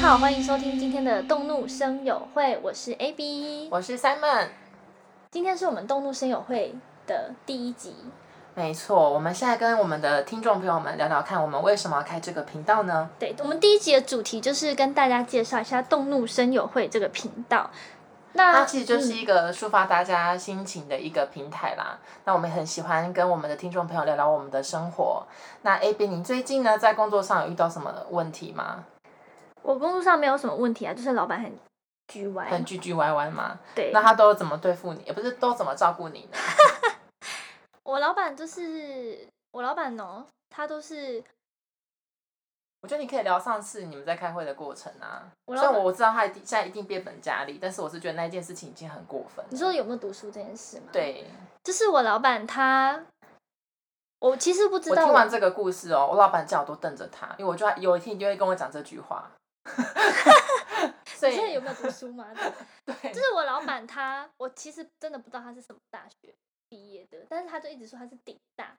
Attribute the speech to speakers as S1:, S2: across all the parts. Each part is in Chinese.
S1: 好，欢迎收听今天的动怒声友会，我是 AB，
S2: 我是 Simon。
S1: 今天是我们动怒声友会的第一集。
S2: 没错，我们现在跟我们的听众朋友们聊聊看，我们为什么要开这个频道呢？
S1: 对，我们第一集的主题就是跟大家介绍一下动怒声友会这个频道。那嗯
S2: 它其实就是一个抒发大家心情的一个平台啦。那我们很喜欢跟我们的听众朋友聊聊我们的生活。那 A B，你最近呢在工作上有遇到什么问题吗？
S1: 我工作上没有什么问题啊，就是老板很局歪
S2: 很，唧唧歪歪吗？
S1: 对
S2: 那，他都怎么对付你？也不是都怎么照顾你呢？
S1: 我老板就是我老板哦，他都是
S2: 我觉得你可以聊上次你们在开会的过程啊。
S1: 我
S2: 虽
S1: 老
S2: 然
S1: 板，
S2: 我知道他一定现在一定变本加厉，但是我是觉得那件事情已经很过分了。
S1: 你说有没有读书这件事吗？，
S2: 对，
S1: 就是我老板他，我其实不知
S2: 我
S1: 道
S2: 听完这个故事哦，我老板叫我都瞪着他，因为我就有一天一定会跟我讲这句话。所
S1: 你
S2: 以
S1: 现在有没有读书 吗？
S2: 对
S1: 就是我老板他，我其实真的不知道他是什么大学毕业的，但是他就一直说他是顶大。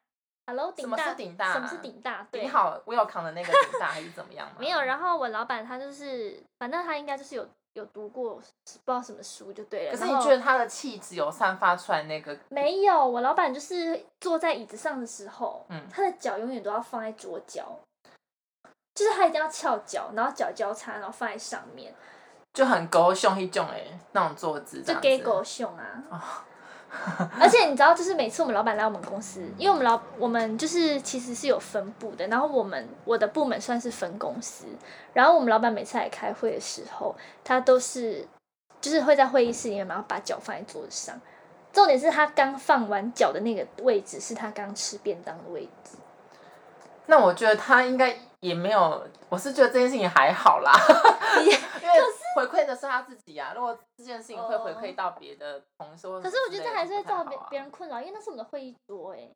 S1: Hello，顶
S2: 么
S1: 大
S2: 是顶大
S1: 什么是顶大？对，
S2: 顶好，我有扛的那个顶大还是怎么样 吗？
S1: 没有。然后我老板他就是，反正他应该就是有有读过不知道什么书就对了。
S2: 可是
S1: 然
S2: 你
S1: 后
S2: 觉得他的气质有散发出来那个？
S1: 没有？我老板就是坐在椅子上的时候，
S2: 嗯
S1: 他的脚永远都要放在左脚，就是他一定要翘脚，然后脚交叉，然后放在上面，
S2: 就很狗熊一种哎，那种坐姿这
S1: 就
S2: 样子
S1: 给狗。熊啊。 而且你知道，就是每次我们老板来我们公司，因为我们老我们就是其实是有分部的，然后我们我的部门算是分公司，然后我们老板每次来开会的时候，他都是就是会在会议室里面，然后把脚放在桌子上。重点是他刚放完脚的那个位置，是他刚吃便当的位 置。
S2: 那我觉得他应该也没有，我是觉得这件事情还好啦，因为回馈的是他自己啊。如果这件事情会回馈到别的同事或者
S1: 哦可
S2: 什
S1: 是
S2: 么
S1: 我
S2: 之
S1: 觉得
S2: 类的，
S1: 这还是会
S2: 不太好
S1: 造
S2: 啊
S1: 别别人困扰，因为那是我们的会议桌哎、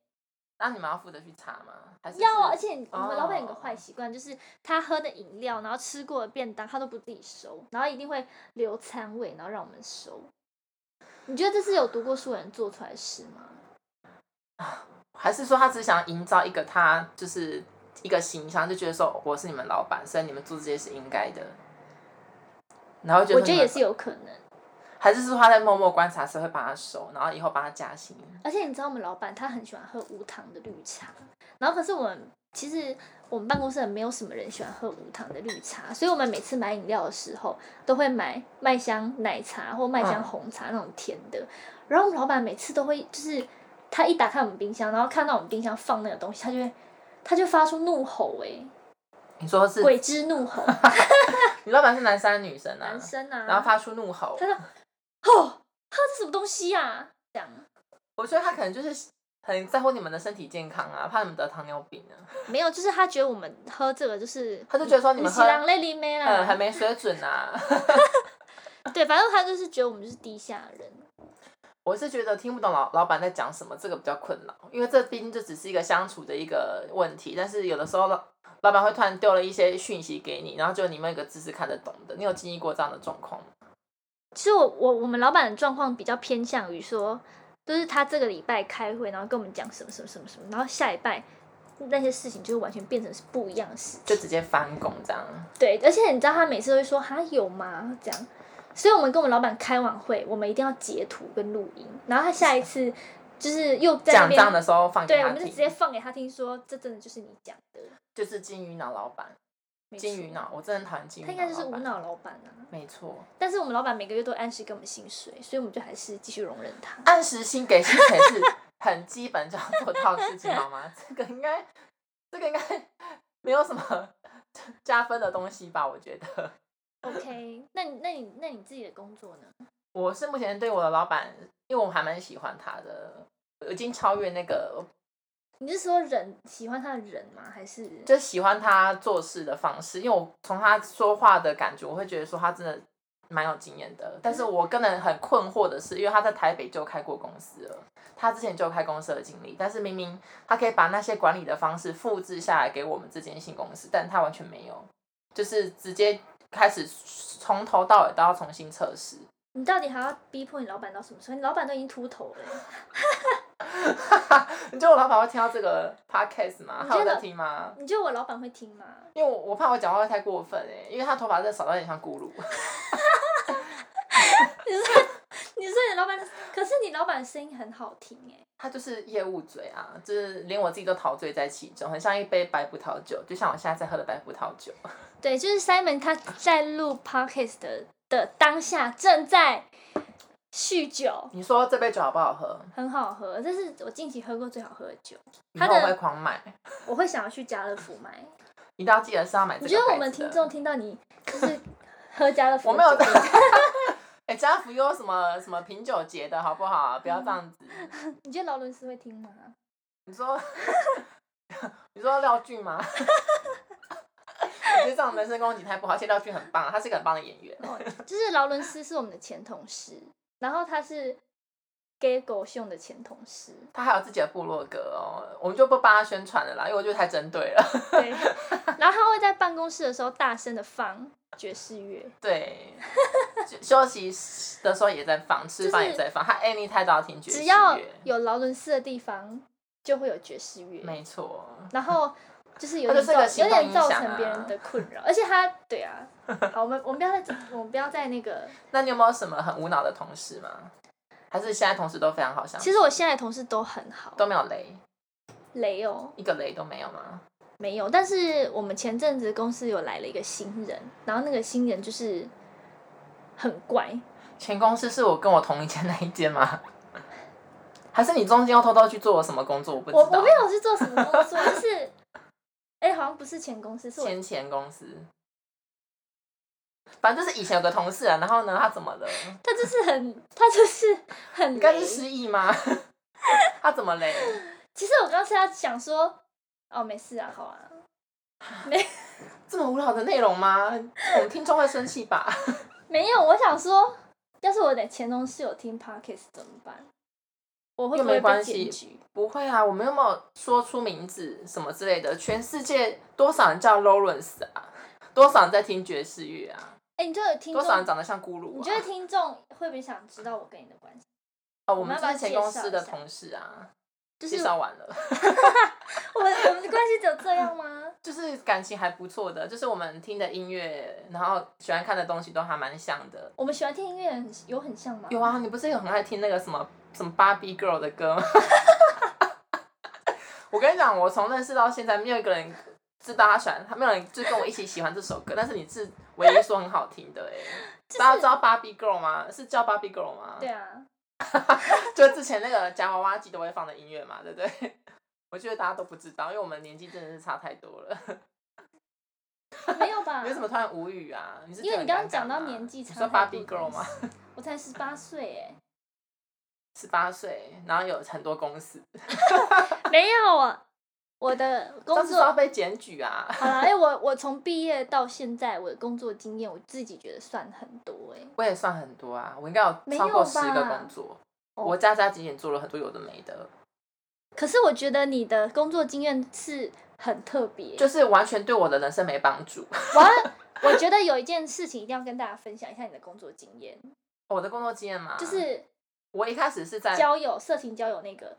S2: 那你们要负责去查吗？还是
S1: 要啊，
S2: 是
S1: 而且我们老板有个
S2: 哦
S1: 坏习惯，就是他喝的饮料，然后吃过的便当，他都不自己收，然后一定会留餐位，然后让我们收。你觉得这是有读过书的人做出来的事吗？
S2: 还是说他只想营造一个他就是一个形象，就觉得说我是你们老板，所以你们做这些是应该的。然后觉得
S1: 我觉得也是，有可能。
S2: 还是说他在默默观察谁会帮他收，然后以后帮他加薪。
S1: 而且你知道我们老板他很喜欢喝无糖的绿茶，然后可是我们其实我们办公室也没有什么人喜欢喝无糖的绿茶，所以我们每次买饮料的时候都会买麦香奶茶或麦香
S2: 嗯
S1: 红茶那种甜的。然后我们老板每次都会就是他一打开我们冰箱，然后看到我们冰箱放那个东西，他就会他就发出怒吼、欸，
S2: 你说是
S1: 鬼之怒吼，
S2: 你老板是男生还是女生啊？
S1: 男生啊，
S2: 然后发出怒吼
S1: 他，说哦，他这什么东西啊？这样
S2: 我觉得他可能就是很在乎你们的身体健康啊，怕你们得糖尿病啊，
S1: 没有，就是他觉得我们喝这个就是，
S2: 他就觉得说你们喝
S1: 是狼类里面
S2: 嗯，很
S1: 啦，
S2: 没水准啊。
S1: 对，反正他就是觉得我们就是低下人。
S2: 我是觉得听不懂老老板在讲什么，这个比较困扰，因为这毕竟就只是一个相处的一个问题。但是有的时候老老板会突然丢了一些讯息给你，然后就你们有一个字是看得懂的。你有经历过这样的状况吗？
S1: 其实我我我们老板的状况比较偏向于说，就是他这个礼拜开会，然后跟我们讲什么什么什么什么，然后下礼拜那些事情就完全变成是不一样的事
S2: 就
S1: 情。
S2: 直接翻工这样，
S1: 对，而且你知道他每次都会说哈有吗？这样，所以我们跟我们老板开完会，我们一定要截图跟录音，然后他下一次就是又在那
S2: 讲
S1: 边
S2: 账的时候放给
S1: 对，
S2: 他
S1: 我们就直接
S2: 听，
S1: 放给他听说，这真的就是你讲的。
S2: 就是金鱼脑老板，
S1: 没
S2: 金鱼
S1: 错
S2: 脑，我真的很讨厌金鱼
S1: 他
S2: 脑。
S1: 应该就是无，脑老板啊。
S2: 没错，
S1: 但是我们老板每个月都按时给我们薪水，所以我们就还是继续容忍他。
S2: 按时薪给薪水是很基本就要做到的 事情，好吗？这个应该，这个应该没有什么 加分的东西吧？我觉得。
S1: OK，那你那你那你自己的工作呢？
S2: 我是目前对我的老板，因为我还蛮喜欢他的，已经超越那个，
S1: 你是说人喜欢他的人吗？还是
S2: 就喜欢他做事的方式。因为我从他说话的感觉，我会觉得说他真的蛮有经验的。但是我个人很困惑的是，因为他在台北就开过公司了，他之前就有开公司的经历，但是明明他可以把那些管理的方式复制下来给我们这间新公司，但他完全没有，就是直接开始从头到尾都要重新测试。
S1: 你到底还要逼迫你老板到什么时候？你老板都已经秃头了，
S2: 你觉得我老板会听到这个 podcast 吗？
S1: 你
S2: 他
S1: 觉
S2: 有
S1: 得
S2: 在听吗？
S1: 你觉得我老板会听吗？
S2: 因为我我怕我讲话会太过分哎、因为他头发真的少到有点像咕噜。
S1: 你说你说你老板，可是你老板的声音很好听哎，
S2: 他就是业务嘴啊，就是连我自己都陶醉在其中，很像一杯白葡萄酒，就像我现在在喝的白葡萄酒。
S1: 对，就是 Simon 他在录 podcast 的的当下正在酗酒，
S2: 你说这杯酒好不好喝？
S1: 很好喝，这是我近期喝过最好喝的酒，
S2: 以
S1: 他
S2: 后
S1: 的
S2: 我会狂买，
S1: 我会想要去家乐福买。
S2: 一定要记得是要买
S1: 我
S2: 这个
S1: 觉得我
S2: 牌
S1: 们
S2: 子的
S1: 听众听到你就是 喝家乐福，
S2: 我没有在。哎、家福又有什么什么品酒节的好不好、不要这样子。
S1: 你觉得劳伦斯会听吗？
S2: 你说，你说廖俊吗？ 我觉得这种人身攻击太不好，而且廖俊很棒，他是一个很棒的演员。
S1: 哦，就是劳伦斯是我们的前同事，然后他是 gay 狗熊的前同事，
S2: 他还有自己的部落格哦，我们就不帮他宣传了啦，因为我觉得太针对了。
S1: 对，然后他会在办公室的时候大声的放爵士乐，
S2: 对，就休息的时候也在放，吃饭
S1: 就是
S2: 也在放，他 anytime 都要 听爵士
S1: 只要
S2: 乐
S1: 有劳伦斯的地方就会有爵士乐，
S2: 没错，
S1: 然后就是有
S2: 他
S1: 点
S2: 就是
S1: 造、
S2: 个行
S1: 有
S2: 动
S1: 点造
S2: 音响啊
S1: 成别人的困 扰，而且他对啊，好，我们我们不要再我们不要再那 个，
S2: 那你有没有什么很无脑的同事吗？还是现在同事都非常好相处？
S1: 其实我现在的同事都很好，
S2: 都没有雷，
S1: 雷哦。
S2: 一个雷都没有吗？
S1: 没有，但是我们前阵子公司有来了一个新人，然后那个新人就是很怪，
S2: 前公司是我跟我同一间那一间吗？还是你中间又偷偷去做了什么工作？我不知
S1: 我
S2: 道。
S1: 我没有是做什么工作，就是哎、好像不是前公司，是我
S2: 前前公司，反正就是以前有个同事啊，然后呢，他怎么了？
S1: 他就是很他就是很
S2: 你该
S1: 雷
S2: 是。失忆吗？ 他怎么嘞？
S1: 其实我刚才想说，哦，没事啊，好啊，
S2: 这么无聊的内容吗？我们听众会生气吧？
S1: 没有，我想说，要是我的前同事有听 podcast 怎么办？我会
S2: 又
S1: 不
S2: 没
S1: 会被
S2: 关
S1: 检
S2: 系
S1: 举？
S2: 不会啊，我们又没有说出名字什么之类的。全世界多少人叫 Lawrence 啊？多少人在听爵士乐啊？
S1: 哎、你就有听
S2: 多少人
S1: 众，
S2: 长得像咕噜、啊？
S1: 你觉得听众会不会想知道我跟你的关系？
S2: 哦，我
S1: 我们
S2: 们
S1: 要不要
S2: 之前
S1: 介
S2: 公
S1: 绍
S2: 司
S1: 一
S2: 的
S1: 下
S2: 同事啊，
S1: 就是
S2: 介绍完了，
S1: 我们我们的关系只有这样吗？
S2: 就是感情还不错的，就是我们听的音乐，然后喜欢看的东西都还蛮像的。
S1: 我们喜欢听音乐很有很像吗？
S2: 有啊，你不是有很爱听那个什么什么芭比 girl 的歌吗？ 我跟你讲，我从认识到现在，没有一个人知道他喜欢，他没有人就跟我一起喜欢这首歌，但是你是唯一说很好听的哎、大家知道芭比 girl 吗？是叫芭比 girl 吗？
S1: 对，啊，
S2: 就之前那个夹娃娃机都会放的音乐嘛，对不对？ 我觉得大家都不知道，因为我们年纪真的是差太多了。
S1: 没有吧
S2: 你为？什么突然无语啊？你是
S1: 因为你
S2: 觉得
S1: 刚
S2: 很
S1: 刚讲
S2: 尴尬
S1: 到
S2: 吗
S1: 年纪
S2: 你
S1: 差太
S2: 说芭
S1: 多
S2: 比 girl 吗？
S1: 我才十八岁哎，
S2: 十八岁，然后有很多公司，
S1: 没有啊，我的
S2: 上
S1: 工
S2: 次都要
S1: 作
S2: 被检举啊。
S1: 好了，哎、我我从毕业到现在，我的工作经验我自己觉得算很多哎、
S2: 我也算很多啊，我应该有
S1: 没
S2: 超
S1: 有
S2: 过十个
S1: 吧
S2: 工作，
S1: 哦
S2: 我加加减减做了很多有的没的，
S1: 可是我觉得你的工作经验是很特别，
S2: 就是完全对我的人生没帮助。
S1: 我要我觉得有一件事情一定要跟大家分享一下你的工作经验，
S2: 我的工作经验嘛，
S1: 就是
S2: 我一开始是在，
S1: 交友色情交友那个。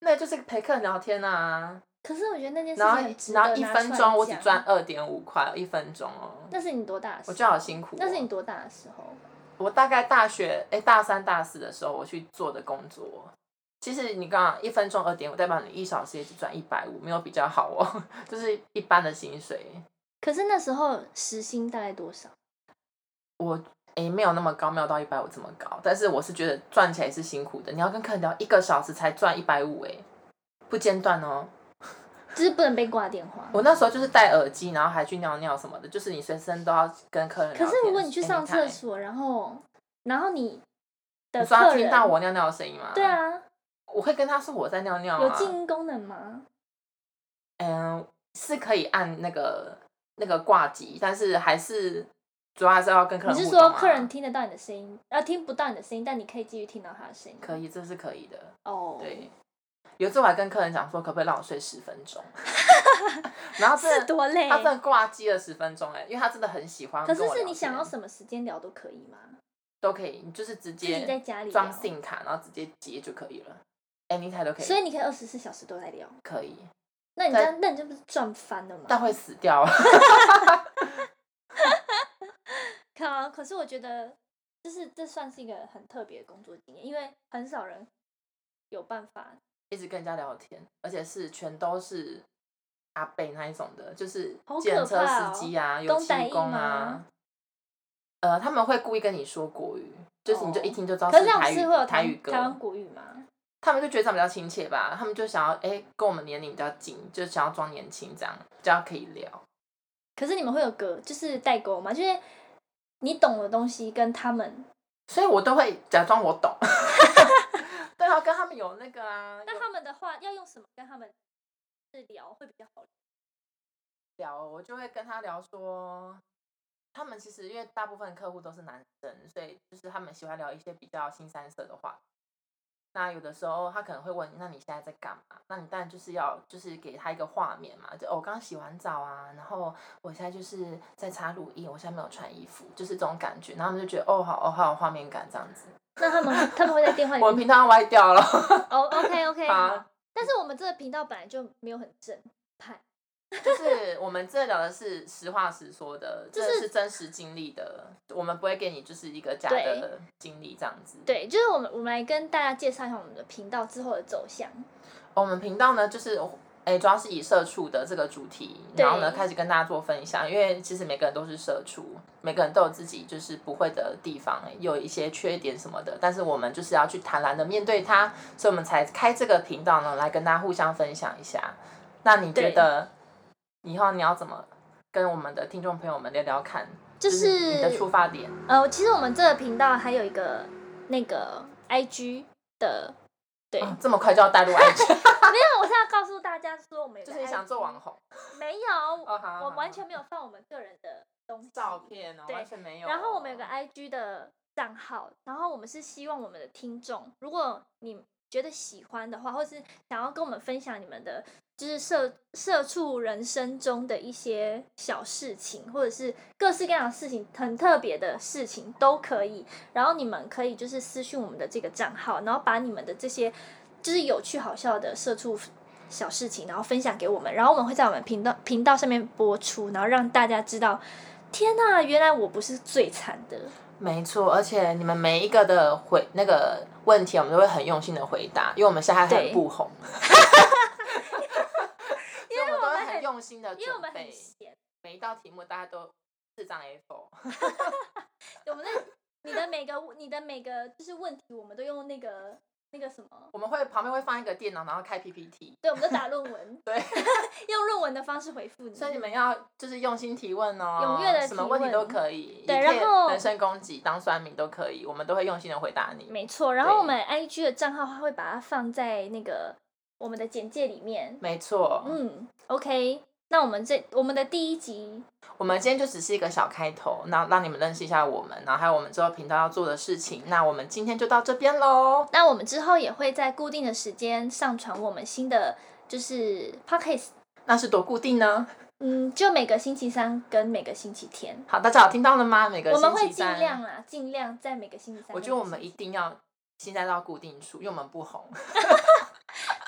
S2: 那就是陪客人聊天啊，
S1: 可是我觉得那件事
S2: 然
S1: 情
S2: 后
S1: 很值得
S2: 然后一
S1: 拿
S2: 分
S1: 出来
S2: 钟我只
S1: 讲
S2: 赚，二点五块，一分钟哦，
S1: 那是你多大的时候？
S2: 我觉得好辛苦、哦。
S1: 那是你多大的时候？
S2: 我大概大学哎、大三大四的时候我去做的工作，其实你刚刚一分钟二点五，代表你一小时也只赚一百五，没有比较好哦， 就是一般的薪水，
S1: 可是那时候时薪大概多少？
S2: 我诶、没有那么高，没有到一百五这么高，但是我是觉得赚起来是辛苦的。你要跟客人聊一个小时才赚一百五，诶，不间断哦。
S1: 就是不能被挂电话。
S2: 我那时候就是戴耳机，然后还去尿尿什么的，就是你随身都要跟客人聊
S1: 可
S2: 天。
S1: 是如果你去上厕
S2: anytime，
S1: 所，然后然后你的
S2: 你说他
S1: 客
S2: 听
S1: 人，
S2: 到我尿尿的声音吗？
S1: 对，啊，
S2: 我会跟他说我在尿尿、啊。
S1: 有静音功能吗？
S2: 嗯，是可以按那个那个挂机，但是还是主要还是要跟客
S1: 你
S2: 人、啊
S1: 是说客人？听得到你的声音，呃，听不到你的声音，但你可以继续听到他的声音？
S2: 可以，这是可以的。
S1: 哦，
S2: 对，有一次我还跟客人讲说，可不可以让我睡十分 钟？然后
S1: 是
S2: 真的，
S1: 多累
S2: 他。真的挂机了十分钟哎、因为他真的很喜欢
S1: 可
S2: 跟
S1: 是
S2: 我聊天。
S1: 是你想要什么时间聊都可以吗？
S2: 都可以，你就是
S1: 自
S2: 直
S1: 己在
S2: 接
S1: 家里
S2: 装
S1: 聊
S2: SIM 卡，然后直接接就可以了，anytime 都可以，
S1: 所以你可以二十四小时都在聊。
S2: 可以，
S1: 那你这样，那你这不是赚翻了吗？
S2: 但会死 掉。
S1: 可啊，可是我觉得，就是这算是一个很特别的工作经验，因为很少人有办法。
S2: 一直跟人家聊天，而且是全都是阿贝那一种的，就是
S1: 好可
S2: 计程车
S1: 怕哦
S2: 司机啊、油
S1: 公仔
S2: 漆工
S1: 印
S2: 啊
S1: 吗，
S2: 呃，他们会故意跟你说国语，就是你就
S1: 哦
S2: 一听就知道
S1: 可是这样不
S2: 台语
S1: 是会有
S2: 台语歌
S1: 台，湾国语吗？
S2: 他们就觉得这样比较亲切吧，他们就想要哎、跟我们年龄比较近，就想要装年轻这样，比较可以聊。
S1: 可是你们会有隔，就是代沟吗？就是你懂的东西跟他们，
S2: 所以我都会假装我懂， 对啊，跟他们有那个啊，
S1: 那
S2: 有
S1: 他们的话要用什么跟他们是聊会比较 好？
S2: 聊，我就会跟他聊说，他们其实因为大部分客户都是男生，所以就是他们喜欢聊一些比较新三色的话题。那有的时候他可能会问，那你现在在干嘛？那你当然就是要就是给他一个画面嘛，就、哦、我刚洗完澡啊，然后我现在就是在擦乳液，我现在没有穿衣服，就是这种感觉。然后他们就觉得哦好哦好有画面感这样子，
S1: 那他们他们会在电话里
S2: 我
S1: 面
S2: 们频道歪掉了。
S1: 哦，OK OK，
S2: 好
S1: 好。但是我们这个频道本来就没有很正派，
S2: 就是我们这聊的是实话实说的，
S1: 就
S2: 这
S1: 是
S2: 是真实经历的，我们不会给你就是一个假的经历这样子。
S1: 对，就是我们我们来跟大家介绍一下我们的频道之后的走向。
S2: 哦，我们频道呢就是。哎，主要是以社畜的这个主题，
S1: 对
S2: 然后呢开始跟大家做分享，因为其实每个人都是社畜，每个人都有自己就是不会的地方，有一些缺点什么的，但是我们就是要去坦然的面对它，所以我们才开这个频道呢，来跟大家互相分享一下。那你觉
S1: 对
S2: 得以后你要怎么跟我们的听众朋友们聊聊看？
S1: 就
S2: 你的
S1: 是
S2: 出发点。
S1: 呃，其实我们这个频道还有一个那个 IG 的，对，
S2: 啊这么快就要带 入 IG，
S1: 没有，我是要告诉大家说我们有
S2: 就
S1: 个
S2: 是你想
S1: IG
S2: 做网红？
S1: 没有，
S2: 哦，好
S1: 我完全没有放我们个人的东西
S2: 照。片哦，
S1: 对
S2: 完全没有。
S1: 然后我们有个啊 IG 的账号，然后我们是希望我们的听众，如果你觉得喜欢的话，或是想要跟我们分享你们的就是社社畜人生中的一些小事情，或者是各式各样的事情，很特别的事情都可以。然后你们可以就是私讯我们的这个账号，然后把你们的这些就是有趣好笑的社畜小事情，然后分享给我们，然后我们会在我们频道频道上面播出，然后让大家知道，天呐，原来我不是最惨的，
S2: 没错，而且你们每一个的回那个问题，我们都会很用心的回答，因为我们现在很
S1: 对
S2: 不红，因为我们都
S1: 我
S2: 会
S1: 们
S2: 很
S1: 很
S2: 用心的
S1: 因为我
S2: 准
S1: 们很
S2: 备，
S1: 闲，
S2: 每一道题目大家都四张 A4，
S1: 我们在你的每个你的每个就是问题，我们都用那个那个什么，
S2: 我们会旁边会放一个电脑，然后开 PPT，
S1: 对，我们都打论文
S2: ，对，
S1: 用论文的方式回复你。
S2: 所以你们要就是用心提问哦，
S1: 踊跃地提
S2: 什么问题
S1: 问
S2: 都可以，
S1: 对
S2: 也
S1: 然
S2: 可以
S1: 后
S2: 人身攻击、当酸民都可以，我们都会用心的回答你。
S1: 没错，然后
S2: 对
S1: 我们 IG 的账号它会把它放在那个我们的简介里面。
S2: 没错，
S1: 嗯，OK，那我们这我们的第一集
S2: 我们今天就只是一个小开头，那让你们认识一下我们，然后还有我们之后频道要做的事情。那我们今天就到这边喽，
S1: 那我们之后也会在固定的时间上传我们新的就是 podcast，
S2: 那是多固定呢？
S1: 嗯，就每个星期三跟每个星期天，
S2: 好，大家有听到了吗？每个
S1: 我
S2: 星期三，
S1: 们会尽量啦，尽量在每个星期三。
S2: 我觉得我们一，定要现在到固定数，因为我们不红，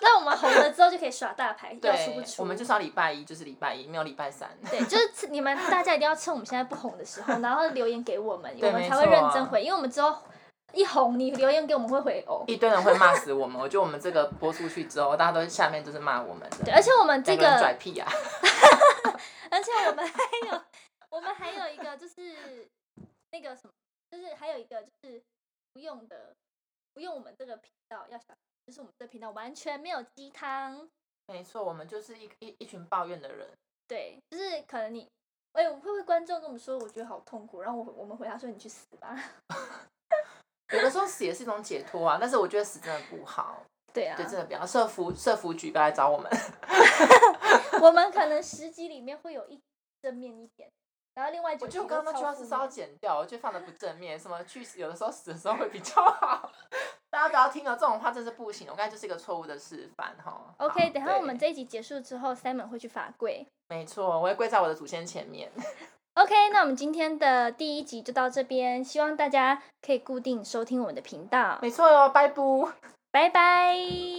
S1: 那我们红了之后就可以耍大 牌，要出
S2: 对
S1: 不，出？
S2: 我们就是要礼拜一就是礼拜一，没有礼拜三。
S1: 对，就是你们大家一定要趁我们现在不红的时候，然后留言给我们，
S2: 对
S1: 我们
S2: 没
S1: 才会
S2: 错
S1: 认真回，因为我们之后一红，你留言给我们会回哦。
S2: 一堆人会骂死我们，我觉得我们这个播出去之后，大家都下面就是骂我们
S1: 对，
S2: 的，
S1: 而且我们这
S2: 两人
S1: 个
S2: 拽屁啊！
S1: 而且我们还有，我们还有一个就是那个什么，就是还有一个就是不用的，不用我们这个频道要小，就是我们这个频道完全没有鸡汤，
S2: 没错，我们就是一一一群抱怨的人，
S1: 对，就是可能你，哎、我会不会观众跟我们说我觉得好痛苦，然后我我们回答说你去死吧，
S2: 有的时候死也是一种解脱啊，但是我觉得死真的不好。
S1: 对啊，
S2: 对，真的不要社服社服局不要来找我们。
S1: 我们可能十集里面会有一集正面一点，然后另外
S2: 我
S1: 九集
S2: 觉得
S1: 都
S2: 我刚刚那句话
S1: 超
S2: 是
S1: 负
S2: 稍微
S1: 面。
S2: 剪掉，我就放的不正面，什么去死有的时候死的时候会比较好。大家不要听了，这种话真是不行。我刚才就是一个错误的示范哈。
S1: OK，
S2: 好
S1: 等一下我们
S2: 对
S1: 这一集结束之后，Simon 会去罚跪。
S2: 没错，我会跪在我的祖先前面。
S1: OK，那我们今天的第一集就到这边，希望大家可以固定收听我们的频道，
S2: 哦没错哟，拜拜。
S1: 拜拜。